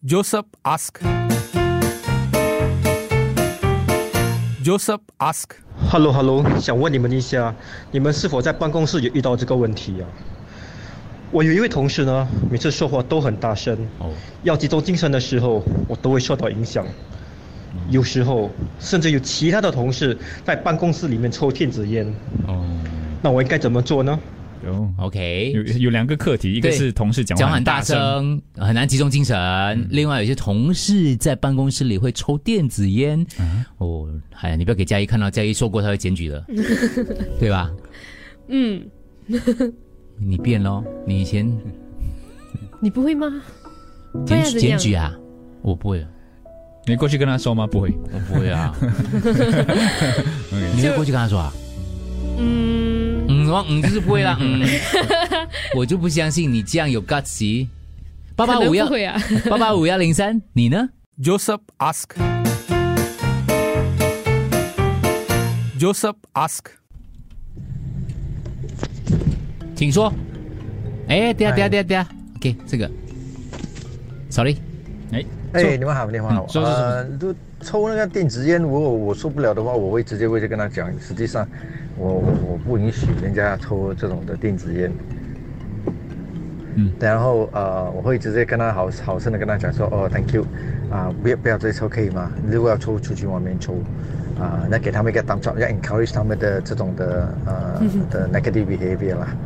Joseph Ask。Joseph Ask。 Hello Hello，想问你们一下，你们是否在办公室也遇到这个问题呀、我有一位同事呢，每次说话都很大声，哦，要集中精神的时候，我都会受到影响。有时候甚至有其他的同事在办公室里面抽电子烟，哦，那我应该怎么做呢？有有 OK，有两个课题，一个对是同事讲讲话话很大声，声，嗯很难集中精神。另外，有些同事在办公室里会抽电子烟。哦，哎呀，你不要给嘉怡看到，嘉怡说过他会检举 的，对吧？嗯，你变咯，你以前你不会吗？对检啊举怎检样举啊？我不会，你过去跟他说吗？不会，我不会 啊。你会过去跟他说啊？嗯，嗯，我嗯就是不会啦。嗯， 我就不相信你这样有 guts。八八可能五幺不会啊。八八五幺零三，你呢？ Joseph Ask。Joseph Ask。请说。哎，等一下等一下等一下等一下，OK，这个，sorry，哎，哎、说你们好，你们好嗯。说说说呃，都抽那个电子烟，如果我受不了的话，我会直接会去跟他讲。实际上，我我我不允许人家抽这种的电子烟。嗯。然后呃，我会直接跟他好好声的跟他讲说，哦，thank you，啊、不要不要再抽，可以吗？如果要抽，出去外面抽。啊、那给他们一个 d u m p 要 encourage 他们的这种的呃的 negative behavior 啦。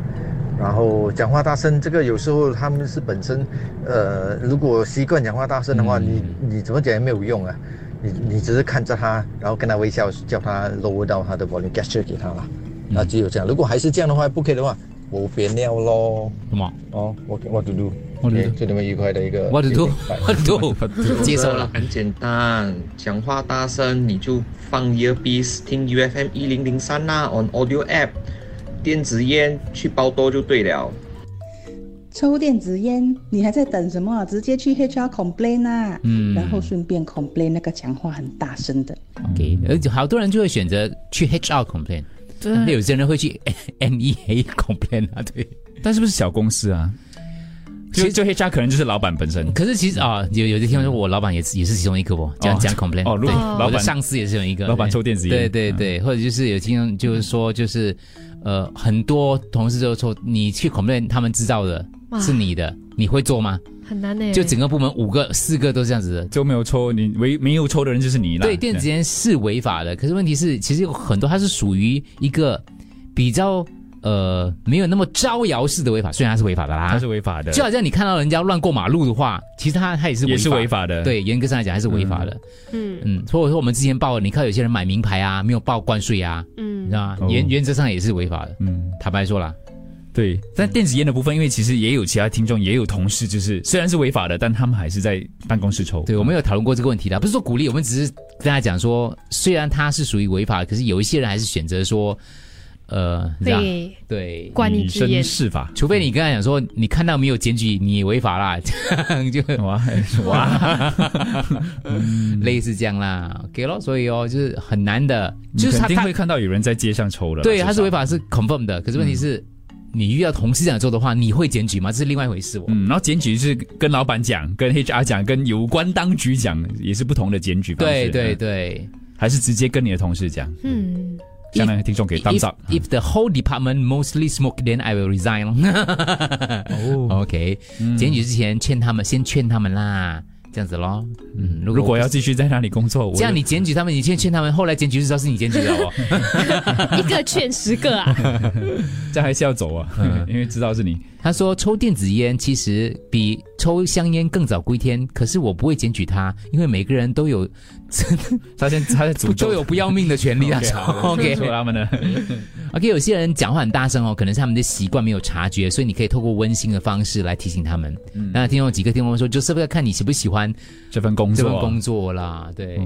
然后讲话大声，这个有时候他们是本身，呃，如果习惯讲话大声的话，你你怎么讲也没有用啊，你你只是看着他，然后跟他微笑，叫他 lower 到他的 volume gesture 给他啦，那只有这样。如果还是这样的话，不可以的话，我别尿喽，什么哦，我我嘟嘟，Oh, What to do？ OK，祝你们愉快的一个？What to 一 do？个礼拜 What to do？接受了。嗯很简单，讲话大声你就放 earpiece 听 UFM 一零零三啦，on audio app，电子烟去包多就对了。抽电子烟，你还在等什么？直接去 HR complain 啊，嗯然后顺便 complain 那个讲话很大声的。 OK，而且好多人就会选择去 HR complain，那有些人会去 MEA complain 啊，对。但是不是小公司啊？其就实就 HR 可能就是老板本身，可是其实啊，有有的听说我老板也是也是其中一个哦，讲讲 complain 哦如对果老板我的上司也是有一个老板对抽电子烟嗯对对对，或者就是有听就是说就是呃，很多同事就说你去 complain 他们知道的哇是你的，你会做吗？很难呢、就整个部门五个四个都是这样子的。就没有抽，你唯没有抽的人就是你啦。对，电子烟是违法的，可是问题是，其实有很多它是属于一个比较呃没有那么招摇式的违法，虽然它是违法的对它啦是，违法的，啊就好像你看到人家乱过马路的话，其实它它也是也是违法。法的。，对，严格上来讲还是违法的。嗯嗯，所以我说我们之前报，你看有些人买名牌啊，没有报关税啊，你嗯知道吗？哦原原则上也是违法的。嗯，坦白说啦，对。但电子烟的部分，因为其实也有其他听众，也有同事，就是虽然是违法的，但他们还是在办公室抽。对我们有讨论过这个问题啦，不是说鼓励，我们只是跟大家讲说，虽然它是属于违法，可是有一些人还是选择说，呃，你知道会对，关一以支身烟，试法。除非你跟他讲说，你看到没有检举，你也违法啦，这样就哇哇， 类似这样啦，OK 咯。所以哦，就是很难的，你就是他肯定他会嗯看到有人在街上抽了。对至少他是违。法是 confirm 的，可是问题是，你遇到同事这样做的话，你会检举吗？这是另外一回事哦。嗯，然后检举是跟老板讲、跟 HR 讲、跟有关当局讲，也是不同的检举方对式。对嗯，对还是直接跟你的同事讲，嗯，相当于听众给 thumbs if, up。 if the whole department mostly smoke, then I will resign 哦 OK，检举之前劝他们，先劝他们啦，这样子咯。嗯，如果如果要继续在那里工作，我这样，你检举他们，你先劝他们，后来检举就知道是你检举的 哦。一个劝十 个啊，这样还是要走啊，嗯 因为知道是你。他说抽电子烟其实比抽香烟更早归天，可是我不会检举他，因为每个人都有 他现他在诅 都咒有不要命的权利啊。 ，OK， OK 说他们呢， OK，有些人讲话很大声哦，可能是他们的习惯没有察觉，所以你可以透过温馨的方式来提醒他们。那听众几个听众说，就是不要看你喜不喜欢 这份工这作，啊份工作啦，对，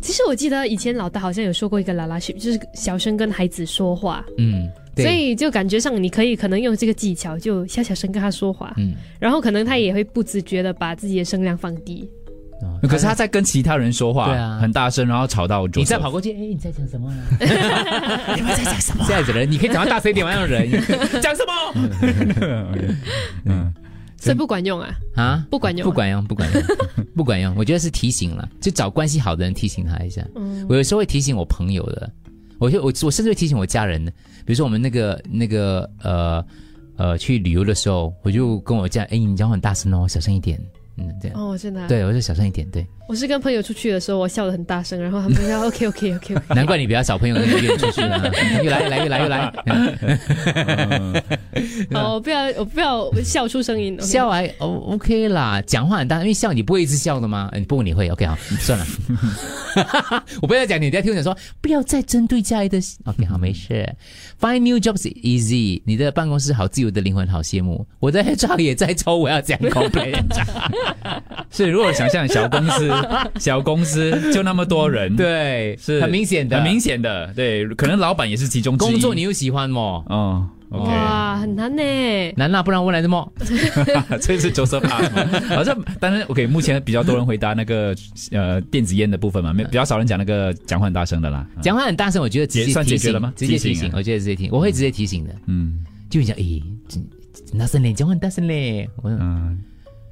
其实我记得以前老大好像有说过一个拉拉 ship，就是小声跟孩子说话，嗯，对所以就感觉上你可以可能用这个技巧，就小小声跟他说话，嗯，然后可能他也会不自觉的把自己的声量放低。哦可是他在跟其他人说话，对啊很大声，然后吵到你再 Joseph 跑过去，哎，你在讲什么呢？ 你们在讲什啊 嗯么？这样子的人，你可以讲到大声一点，那种人讲什么？嗯，所以不管用啊。啊，不管用啊不管用，不管用，不管用。我觉得是提醒了，就找关系好的人提醒他一下。嗯我有时候会提醒我朋友的，我就我我甚至会提醒我家人的。比如说我们那个那个呃呃去旅游的时候，我就跟我家哎、你讲话很大声哦，小声一点，嗯这样。哦，真的啊、对，我就小声一点。对，我是跟朋友出去的时候，我笑得很大声，然后他们就说 OK OK OK， 难怪你比较少朋友跟别人出去啊， 又来又来又来又来，好，我不要我不要笑出声音，OK 笑还 O OK 啦，讲话很大，因为笑你不会一直笑的吗？嗯，不过你会 OK 好，算了， 我不要讲你，你在听我讲说，不要再针对家里的 OK 好，没事。Find new jobs is easy，你的办公室好自由的灵魂好羡慕，我的 HR 也在抽，我 要讲 complain，是如果想象小公 司，小公司就那么多人，，对，是很明显的，很明显的，对，可能老板也是其中之一工作你又喜欢哦。哦，OK，哇，很难呢。难道不然我来什么？ 这是 Joseph Ask 嘛好像当然 OK，目前比较多人回答那个呃电子烟的部分嘛，没嗯比较少人讲那个讲话很大声的啦。讲话很大声，我觉得直也接算解提决了醒吗，直接提醒提醒啊，我觉得直接提醒，我会直接提醒的，嗯就会讲，诶，很大声嘞，讲话很大声嘞，我嗯，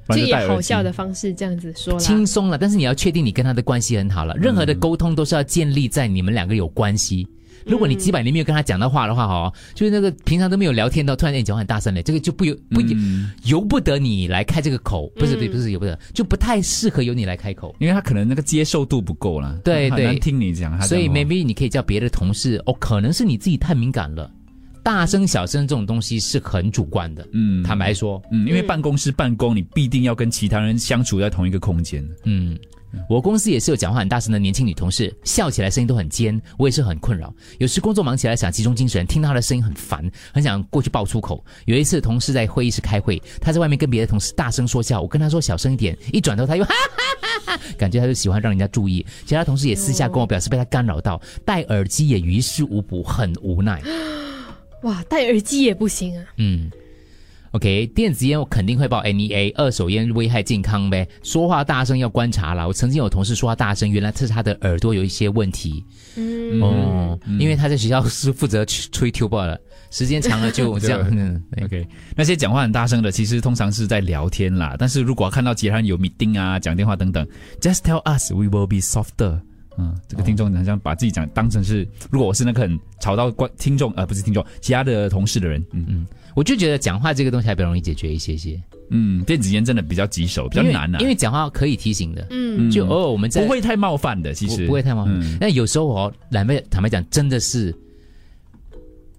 不就然以戴耳机好笑的方式这样子说啦轻。松了，但是你要确定你跟他的关系很好了。任何的沟通都是要建立在你们两个有关系。如果你几百年没有跟他讲到话的话，哦，就是那个平常都没有聊天到，突然间你讲话很大声嘞，这个就不由不由、嗯由不得你来开这个口，不是不是嗯不是由不得，就不太适合由你来开口。因为他可能那个接受度不够啦，对他很难对听你讲，他所以讲话 maybe 你可以叫别的同事哦，可能是你自己太敏感了，大声小声这种东西是很主观的。嗯坦白说，嗯，因为办公室办公，你必定要跟其他人相处在同一个空间。嗯，我公司也是有讲话很大声的年轻女同事，笑起来声音都很尖，我也是很困扰。有时工作忙起来想集中精神，听到她的声音很烦，很想过去爆粗口。有一次同事在会议室开会，她在外面跟别的同事大声说笑，我跟她说小声一点，一转头她又 哈哈哈哈，感觉她就喜欢让人家注意。其他同事也私下跟我表示被她干扰到，戴耳机也于事无补，很无奈。哇，戴耳机也不行啊。嗯，OK，电子烟我肯定会报 NEA，二手烟危害健康呗。说话大声要观察啦。我曾经有同事说话大声，原来这是他的耳朵有一些问题。嗯，哦，因为他在学校是负责吹吹 tube 的，时间长了就这样。 嗯，对 OK，那些讲话很大声的，其实通常是在聊天啦。但是如果看到其他人有 meeting 啊、讲电话等等，just tell us we will be softer。嗯，这个听众好像把自己讲当成是，如果我是那个很吵到观听众，呃，不是听众，其他的同事的人，嗯我就觉得讲话这个东西还比较容易解决一些些，嗯，电子烟真的比较棘手，比较因为难啊，因为讲话可以提醒的，嗯，就偶尔我们在不会太冒犯的，其实不不会太麻烦。嗯但有时候哦，坦白坦白讲，真的是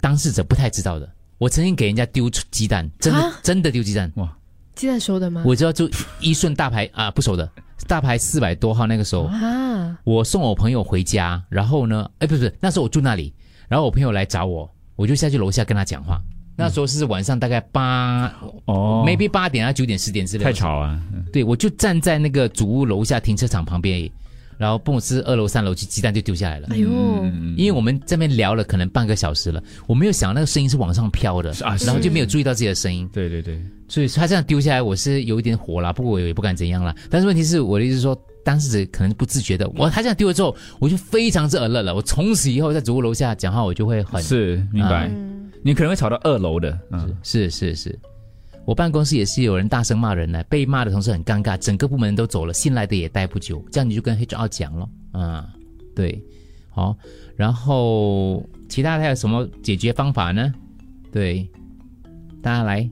当事者不太知道的。我曾经给人家丢出鸡蛋，真的啊真的丢鸡蛋，鸡蛋熟的嗯吗？我知道就一顺大牌啊不熟的，大牌四百多号那个时候，啊，我送我朋友回家，然后呢，哎不是不是，那时候我住那里，然后我朋友来找我，我就下去楼下跟他讲话。那时候是晚上大概八、哦 m a y b e 八点啊九点十点之类的。太吵啊，嗯对，我就站在那个主屋楼下停车场旁边而已，然后蹦是二楼三楼去，鸡蛋就丢下来了。嗯哎呦，因为我们这边聊了可能半个小时了，我没有想到那个声音是往上飘的，啊是然后就没有注意到自己的声音，对对对，所以他这样丢下来，我是有一点火啦，不过我也不敢怎样啦。但是问题是，我的意思是说，当事者可能不自觉的，我他这样丢了之后，我就非常之 alert 了。我从此以后在主屋楼下讲话，我就会很是明白，嗯你可能会吵到二楼的，嗯，是是是。我办公室也是有人大声骂人呢，被骂的同事很尴尬，整个部门都走了，新来的也待不久，这样你就跟 HR 讲咯。啊，对，好，然后其他还有什么解决方法呢？对，大家来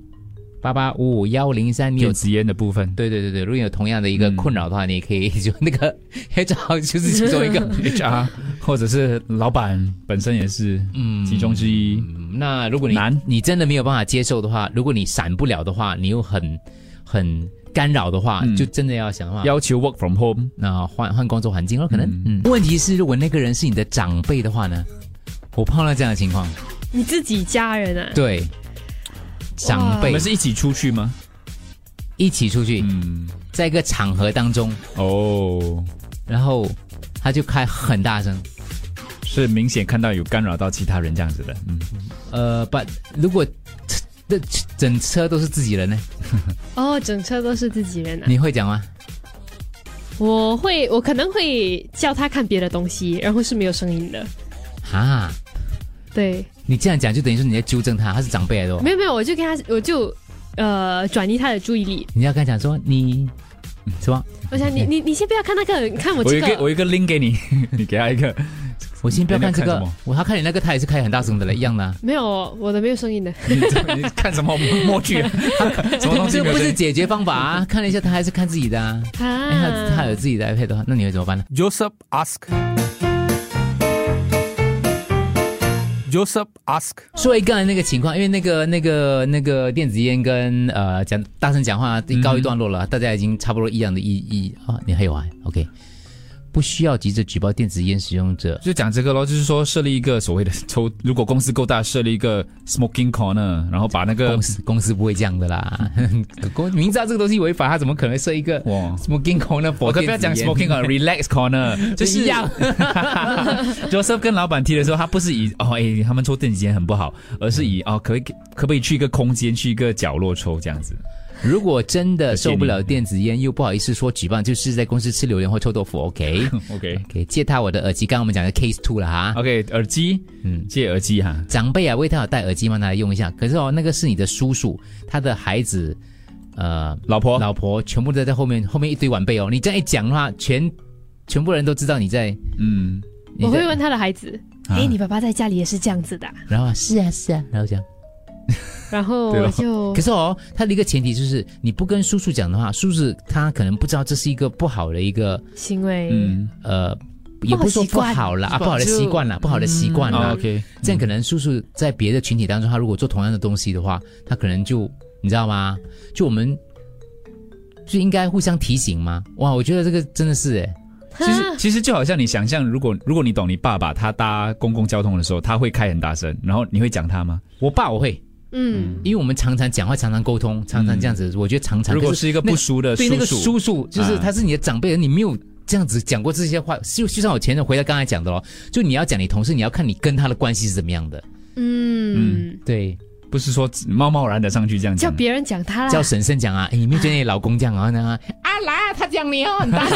八八五五幺零三，你有电子烟的部分，对对对对，如果你有同样的一个困扰的话，你也可以就那个 HR 就是其中一个。 HR 或者是老板本身也是嗯其中之一。嗯那如果你难你真的没有办法接受的话，如果你闪不了的话，你又很很干扰的话，嗯就真的要想办法要求 work from home，那换换工作环境了，可能。嗯，问题是如果那个人是你的长辈的话呢？我碰到这样的情况，你自己家人啊？对，长你辈们是一起出去吗？一起出去，嗯，在一个场合当中，哦，然后他就开很大声。是明显看到有干扰到其他人这样子的。嗯，呃，把如果这整车都是自己人呢，哦，整车都是自己人啊。你会讲吗？我会，我可能会叫他看别的东西，然后是没有声音的。哈，对，你这样讲就等于说你在纠正他，他是长辈来的、哦没。有没有，我就跟他，我就呃转移他的注意力。你要跟他讲说你嗯什么？我想你你你先不要看那个，你看我我有这一个我个。有一个 link 给你， 你给他一 个。我先不要看你这要看个什么，我他看你那个，他也是开很大声的嘞，一样的啊。没有，我的没有声音的。哎你你看什么默剧 啊？什么东西这没有个不声是音？解决方法啊！看了一下，他还是看自己的啊。哎，他他啊有，自己的 iPad 的话，那你会怎么办呢？ Joseph ask. Joseph ask. 说一个那个情况，因为那个那个那个电子烟跟呃讲大声讲话告一段落了，大家已经差不多一样的意义啊。你还有啊？OK，不需要急着举报电子烟使用者。就讲这个咯，就是说设立一个所谓的抽，如果公司够大，设立一个 smoking corner，然后把那个公司公司不会这样的啦，公明知道这个东西违法，他怎么可能设一个哇 smoking corner 我 for 可不要电子讲烟 smoking corner，relax corner，就是一样。 Joseph 跟老板提的时候，他不是以哦哎他们抽电子烟很不好，而是以嗯哦可不可以可不可以去一个空间，去一个角落抽这样子。如果真的受不了电子烟，又不好意思说举报，就是在公司吃榴莲或臭豆腐。OK OK OK，借他我的耳机，刚刚我们讲的 case two 了哈。啊 OK，耳机，嗯，借耳机哈。长辈啊，为他有戴耳机嘛，拿来用一下。可是哦，那个是你的叔叔，他的孩子，呃，老婆老婆全部都在后面，后面一堆晚辈哦。你这样一讲的话，全全部人都知道你在。嗯，你在我会问他的孩子，啊哎，你爸爸在家里也是这样子的啊，然后啊是啊是啊，然后讲。然后对我咯就可是哦，他的一个前提就是你不跟叔叔讲的话，叔叔他可能不知道这是一个不好的一个行为，嗯，呃，也不是说不好啦，啊，不好的习惯啦，不好的习惯啦。哦 OK，这样可能叔叔在别的群体当中，他如果做同样的东西的话，他可能就你知道吗？就我们就应该互相提醒吗？哇，我觉得这个真的是哎，哈其实其实就好像你想象，如果如果你懂你爸爸他搭公共交通的时候，他会开很大声，然后你会讲他吗？我爸我会，嗯，因为我们常常讲话，常常沟通，常常这样子，我觉得常常嗯如果可是是一个不熟的对那叔个叔，叔叔，就是啊他是你的长辈，你没有。这样子讲过这些话，就就像我前任回到刚才讲的咯，就你要讲你同事，你要看你跟他的关系是怎么样的，嗯，对，不是说贸贸然的上去这样叫讲。别人讲他叫啦，婶婶讲啊，哎，你没有觉得你老公这样啊？那啊来啊，他讲你哦，很大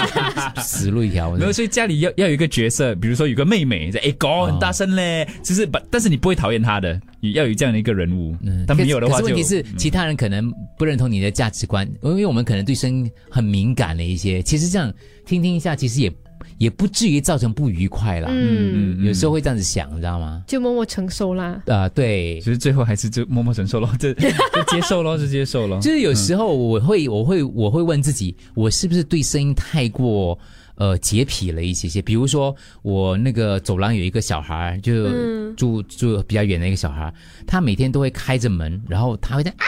声 死路一条，没有，所以家里要要有一个角色，比如说有个妹妹在哎哥哦很大声嘞，就是把，但是你不会讨厌她的，你要有这样的一个人物。嗯但没有的话就可是嗯问题是，其他人可能不认同你的价值观，因为我们可能对声很敏感了一些。其实这样听听一下，其实也也不至于造成不愉快啦。嗯，嗯有时候会这样子想，你知道吗？就默默承受啦。啊、对其，实最后还是就默默承受咯， 这就接受咯，就接受咯。就是有时候我会，我会，我会问自己，我是不是对声音太过呃洁癖了一些些？比如说，我那个走廊有一个小孩儿，就嗯住、住比较远的一个小孩儿，他每天都会开着门，然后他会在啊。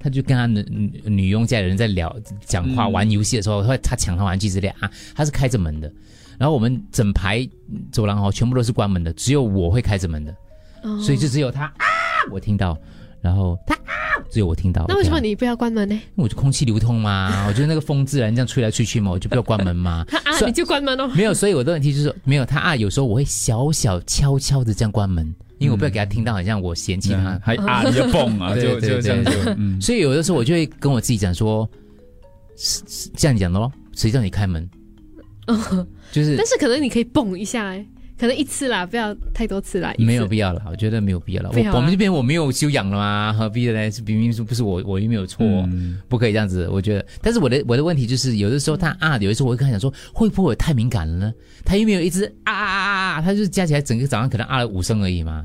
他就跟他女女女佣家的人在聊讲话、嗯玩游戏的时候，他他抢他玩具之类啊，他是开着门的。然后我们整排走廊哦，全部都是关门的，只有我会开着门的，哦所以就只有他啊，我听到，然后他啊，只有我听到。那为什么 OK 啊你不要关门呢？。因为我就空气流 通嘛，我觉得那个风自然这样吹来吹去嘛，我就不要关门嘛他啊，算你就关门哦。没有，所以我的问题就是说没有他啊，有时候我会小小悄悄的这样关门，因为我不要给他听到，好像我嫌弃他。还啊，你就蹦 啊，对就对就这样就对嗯，所以有的时候我就会跟我自己讲说，是是这样讲的咯，谁叫你开 门？就是但是可能你可以蹦一下，哎，可能一次啦，不要太多次啦。一次没有必要了，我觉得没有必要了。不要啊我我们这边我没有修养了嘛，何必呢？是明明说不是我，我又没有错。嗯不可以这样子，我觉得。但是我的我的问题就是，有的时候他啊，有的时候我会跟他讲说，会不会我太敏感了呢？他又没有一直啊啊啊啊啊，他就是加起来整个早上可能啊了五声而已嘛。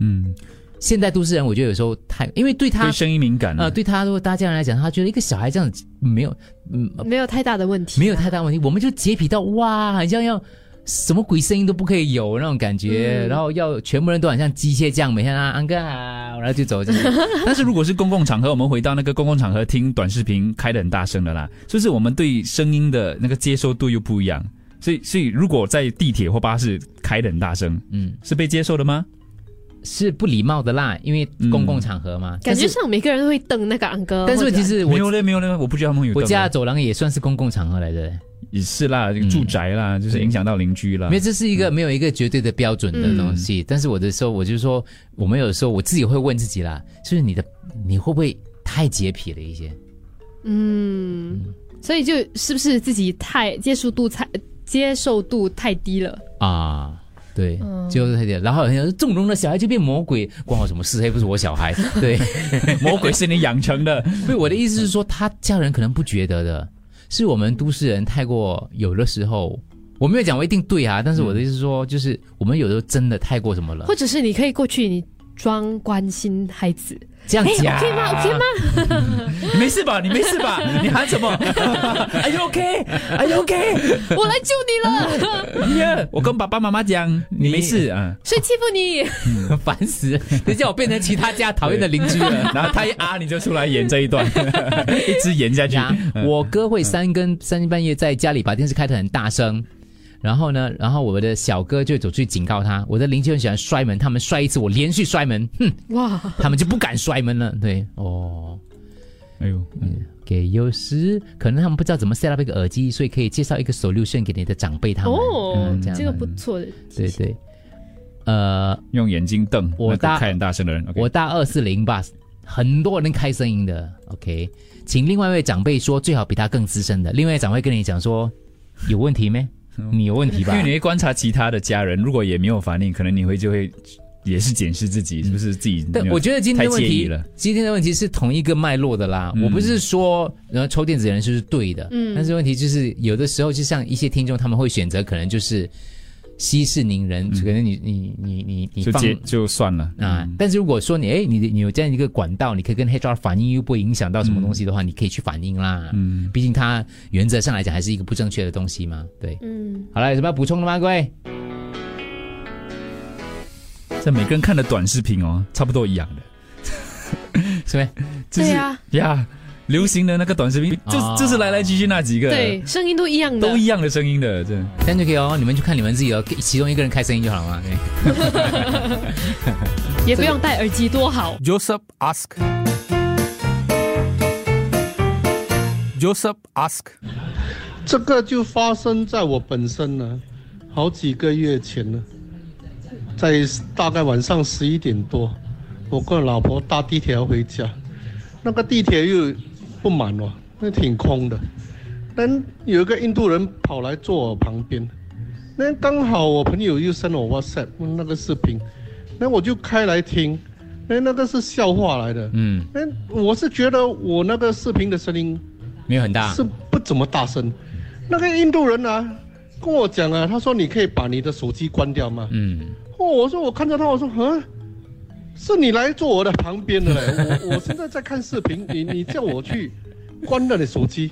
嗯，现代都市人，我觉得有时候太，因为对他对声音敏感呃，啊，对他如果大家人来讲，他觉得一个小孩这样子没有嗯没有太大的问题，没有太大问题，我们就洁癖到哇，好像要什么鬼声音都不可以有那种感觉，嗯然后要全部人都很像机械这样，每天啊安哥好，然后就走进去。但是如果是公共场合，我们回到那个公共场合听短视频开的很大声的啦，就是我们对声音的那个接受度又不一样。所以，所以如果在地铁或巴士开的很大声，嗯，是被接受的吗？是不礼貌的啦，因为公嗯共场合嘛。感但觉是上每个人都会瞪那个昂哥。但是问题或者是没我有嘞，没有嘞，我不知道他们有灯嘞。我家的走廊也算是公共场合来的，也是啦，这个住宅啦，就是影响到邻居啦因。为这是一嗯个没有一个绝对的标准的东西。但是我的时候，我就说，我们有的时候我自己会问自己啦，就是你的你会不会太洁癖了一些？嗯，所以就是不是自己太接受度太接受度太低了？啊，对，嗯就是这点。然后有些人说纵容了小孩就变魔鬼，关我什么事？又不是我小 孩。对，魔鬼是你养成的，所以我的意思是说，他家人可能不觉得的，是我们都市人太过有的时候，我没有讲我一定对啊，但是我的意思是说，就是我们有时候真的太过什么了或，者是你可以过去，你装关心孩子，这样哎讲、 ，OK 吗？OK 吗？ 你没事吧？你没事 吧？你喊什么？Are you okay? Are you okay? 我来救你了， Yeah，我跟爸爸妈妈讲，你没事啊。 谁欺负你？ 烦死了！等一下我变成其他家讨厌的邻 居了。然后他一啊，你就出来演这一 段，一直演下去。呀嗯我哥会三更三更半夜在家里把电视开得很大声，然后呢，然后我的小哥就走出去警告他。我的邻居很喜欢摔门，他们摔一次我连续摔门，哼，哇，他们就不敢摔门了。对，哦。哎呦，嗯给有时可能他们不知道怎么 set up 一个耳机，所以可以介绍一个 solution 给你的长辈他们。哦嗯，这样这个不错的对对。呃，用眼睛瞪我那个大开很大声的人。OK 我大二四零吧，很多人开声音的。OK，请另外一位长辈说，最好比他更资深的。另外一位长辈跟你讲说，有 问题没？你有问题吧因为？你会观察其他的家人，如果也没有反应，可能你会就会也是检视自己是不是自己没有。但我觉得今天的问太介意题了，今天的问题是同一个脉络的啦。嗯我不是说然后抽电子人就是对的，嗯但是问题就是有的时候，就像一些听众他们会选择，可能就是息事宁人，可能你你你你你嗯就放接就算了啊、嗯但是如果说你哎，你你有这样一个管道，你可以跟 HR 反映，又不会影响到什么东西的话，你可以去反映啦。嗯，毕竟它原则上来讲还是一个不正确的东西嘛。对，嗯，好了，有什么要补充的吗，各位？这每个人看的短视频哦，差不多一样的，是没？就是对啊，呀，流行的那个短视频，就啊就是来来去去那几个，对，声音都一样的，都一样的声音的，这这样就可以哦，你们去看你们自己哦，其中一个人开声音就好了嘛。对。也不用戴耳机，多好。 Joseph ask. Joseph ask. 这个就发生在我本身了，好几个月前了，在大概晚上十一点多，我跟老婆搭地铁要回家，那个地铁又不满哦，那挺空的，但有一个印度人跑来坐我旁边，那刚好我朋友又 send 我 WhatsApp 那个视频，那我就开来听，那那个是笑话来的，嗯，那我是觉得我那个视频的声音没有很大，是不怎么大声。那个印度人啊，跟我讲啊，他说你可以把你的手机关掉吗？嗯，哦，我说我看着他，我说啊，是你来坐我的旁边的嘞，我我现在在看视频，你你叫我去关了你手机，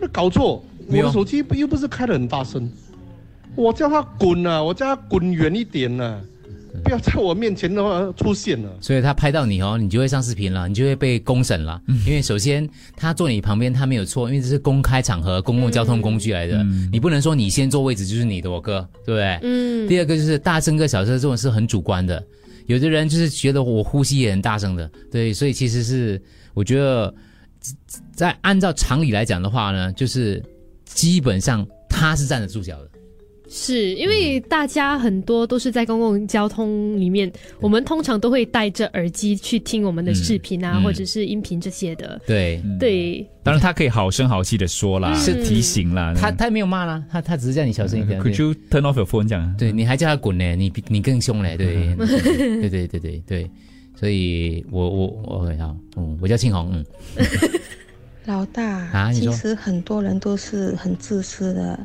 那搞错，我没有的手机不又不是开的很大声，我叫他滚啊，我叫他滚远一点呐、不要在我面前的话出现啊了、所以他拍到你哦，你就会上视频了，你就会被公审了。嗯因为首先他坐你旁边，他没有错，因为这是公开场合、嗯公共交通工具来的，你不能说你先坐位置就是你的，我哥，对不对？嗯，第二个就是大声跟小声这种是很主观的，有的人就是觉得我呼吸也很大声的，对，所以其实是我觉得在按照常理来讲的话呢，就是基本上他是站得住脚的。是因为大家很多都是在公共交通里面，我们通常都会戴着耳机去听我们的视频啊，嗯嗯或者是音频这些的。对，嗯对，当然他可以好声好气的说啦，是提醒啦，嗯他他没有骂啦，他他只是叫你小声一点。对 Could you turn off your phone 这样？对，你还叫他滚呢，你比你更凶嘞，对，嗯 对对对对对，所以我我我好，嗯，我叫庆红，嗯， 老大，啊你其说实很多人都是很自私的，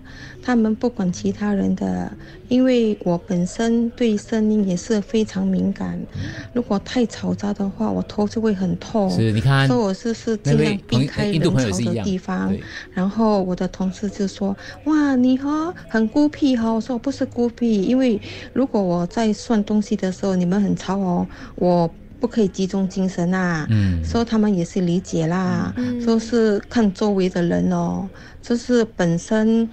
他们不管其他人的。因为我本身对声音也是非常敏感，嗯如果太嘈杂的话，我头就会很痛。是你看所以我是是那尽位量朋避开印人度朋友是潮一的样，地方对。然后我的同事就说：“哇，你哈、很孤僻哈、我说：“我不是孤僻，因为如果我在算东西的时候，你们很吵哦，我不可以集中精神啊。嗯，所以啊他们也是理解啦，嗯就是看周围的人哦，就是本身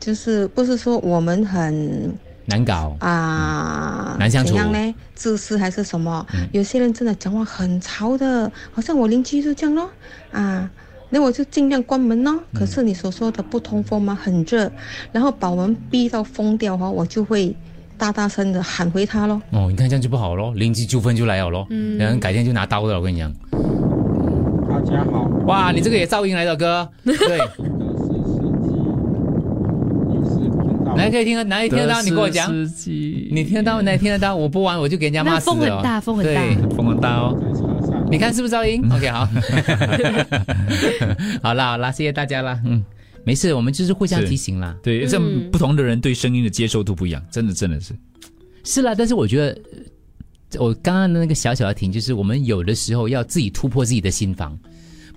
就是不是说我们很难搞，啊、嗯难相处怎样呢？自私还是什么？嗯有些人真的讲话很吵的，好像我邻居就这样咯啊。那我就尽量关门咯。可是你所说的不通风嘛，很热，然后把门逼到疯掉哈，我就会大大声的喊回他咯。哦，你看这样就不好咯，邻居纠纷就来了咯，嗯然后改天就拿刀的，我跟你讲，大家好，哇，你这 个也噪音来了哥，我对，的是司机，也是碰到哪里可以听得哪里听得到？你跟我讲，德斯基你听得到哪里听得到？我不玩我就给人家骂死了哦。那风很大风很大对，风很大哦。你看是不是噪音？OK，好，嗯 好啦好啦，谢谢大家啦，嗯，没事，我们就是互相是提醒啦。对，这样不同的人对声音的接受度不一样，真的真的是。是啦，但是我觉得，呃我刚刚的那个小小的停，就是我们有的时候要自己突破自己的心房，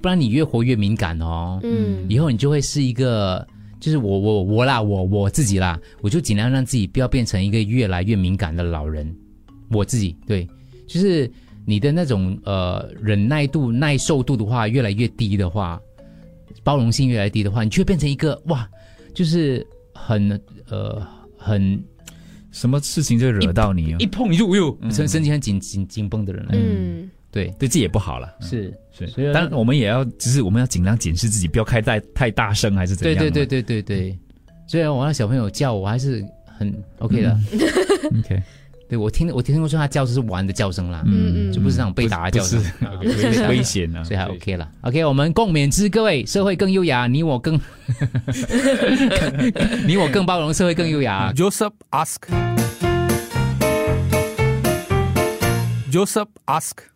不然你越活越敏感哦。嗯以后你就会是一个，就是我我我啦，我我自己啦，我就尽量让自己不要变成一个越来越敏感的老人。我自己对，就是你的那种呃忍耐度、耐受度的话越来越低的话，包容性越来越低的话，你就会变成一个哇，就是很呃很什么事情就惹到你啊一碰就哟，嗯神神经很紧紧紧绷的人来。嗯，对对自己也不好了。是啊是所以，当然我们也要，只是我们要尽量检视自己，不要开太太大声，还是怎对样啊？对对对对对。虽然我那小朋友叫我，我还是很 OK 的。嗯 ，OK，对我听我听过说他叫就是玩的叫声啦，嗯嗯就不是那种被打的叫声，啊不是 危危险啊，所以还 OK 了。OK，我们共勉之，各位，社会更优雅，你 我更， 你我更包容，社会更优雅。 Joseph ask. Joseph ask.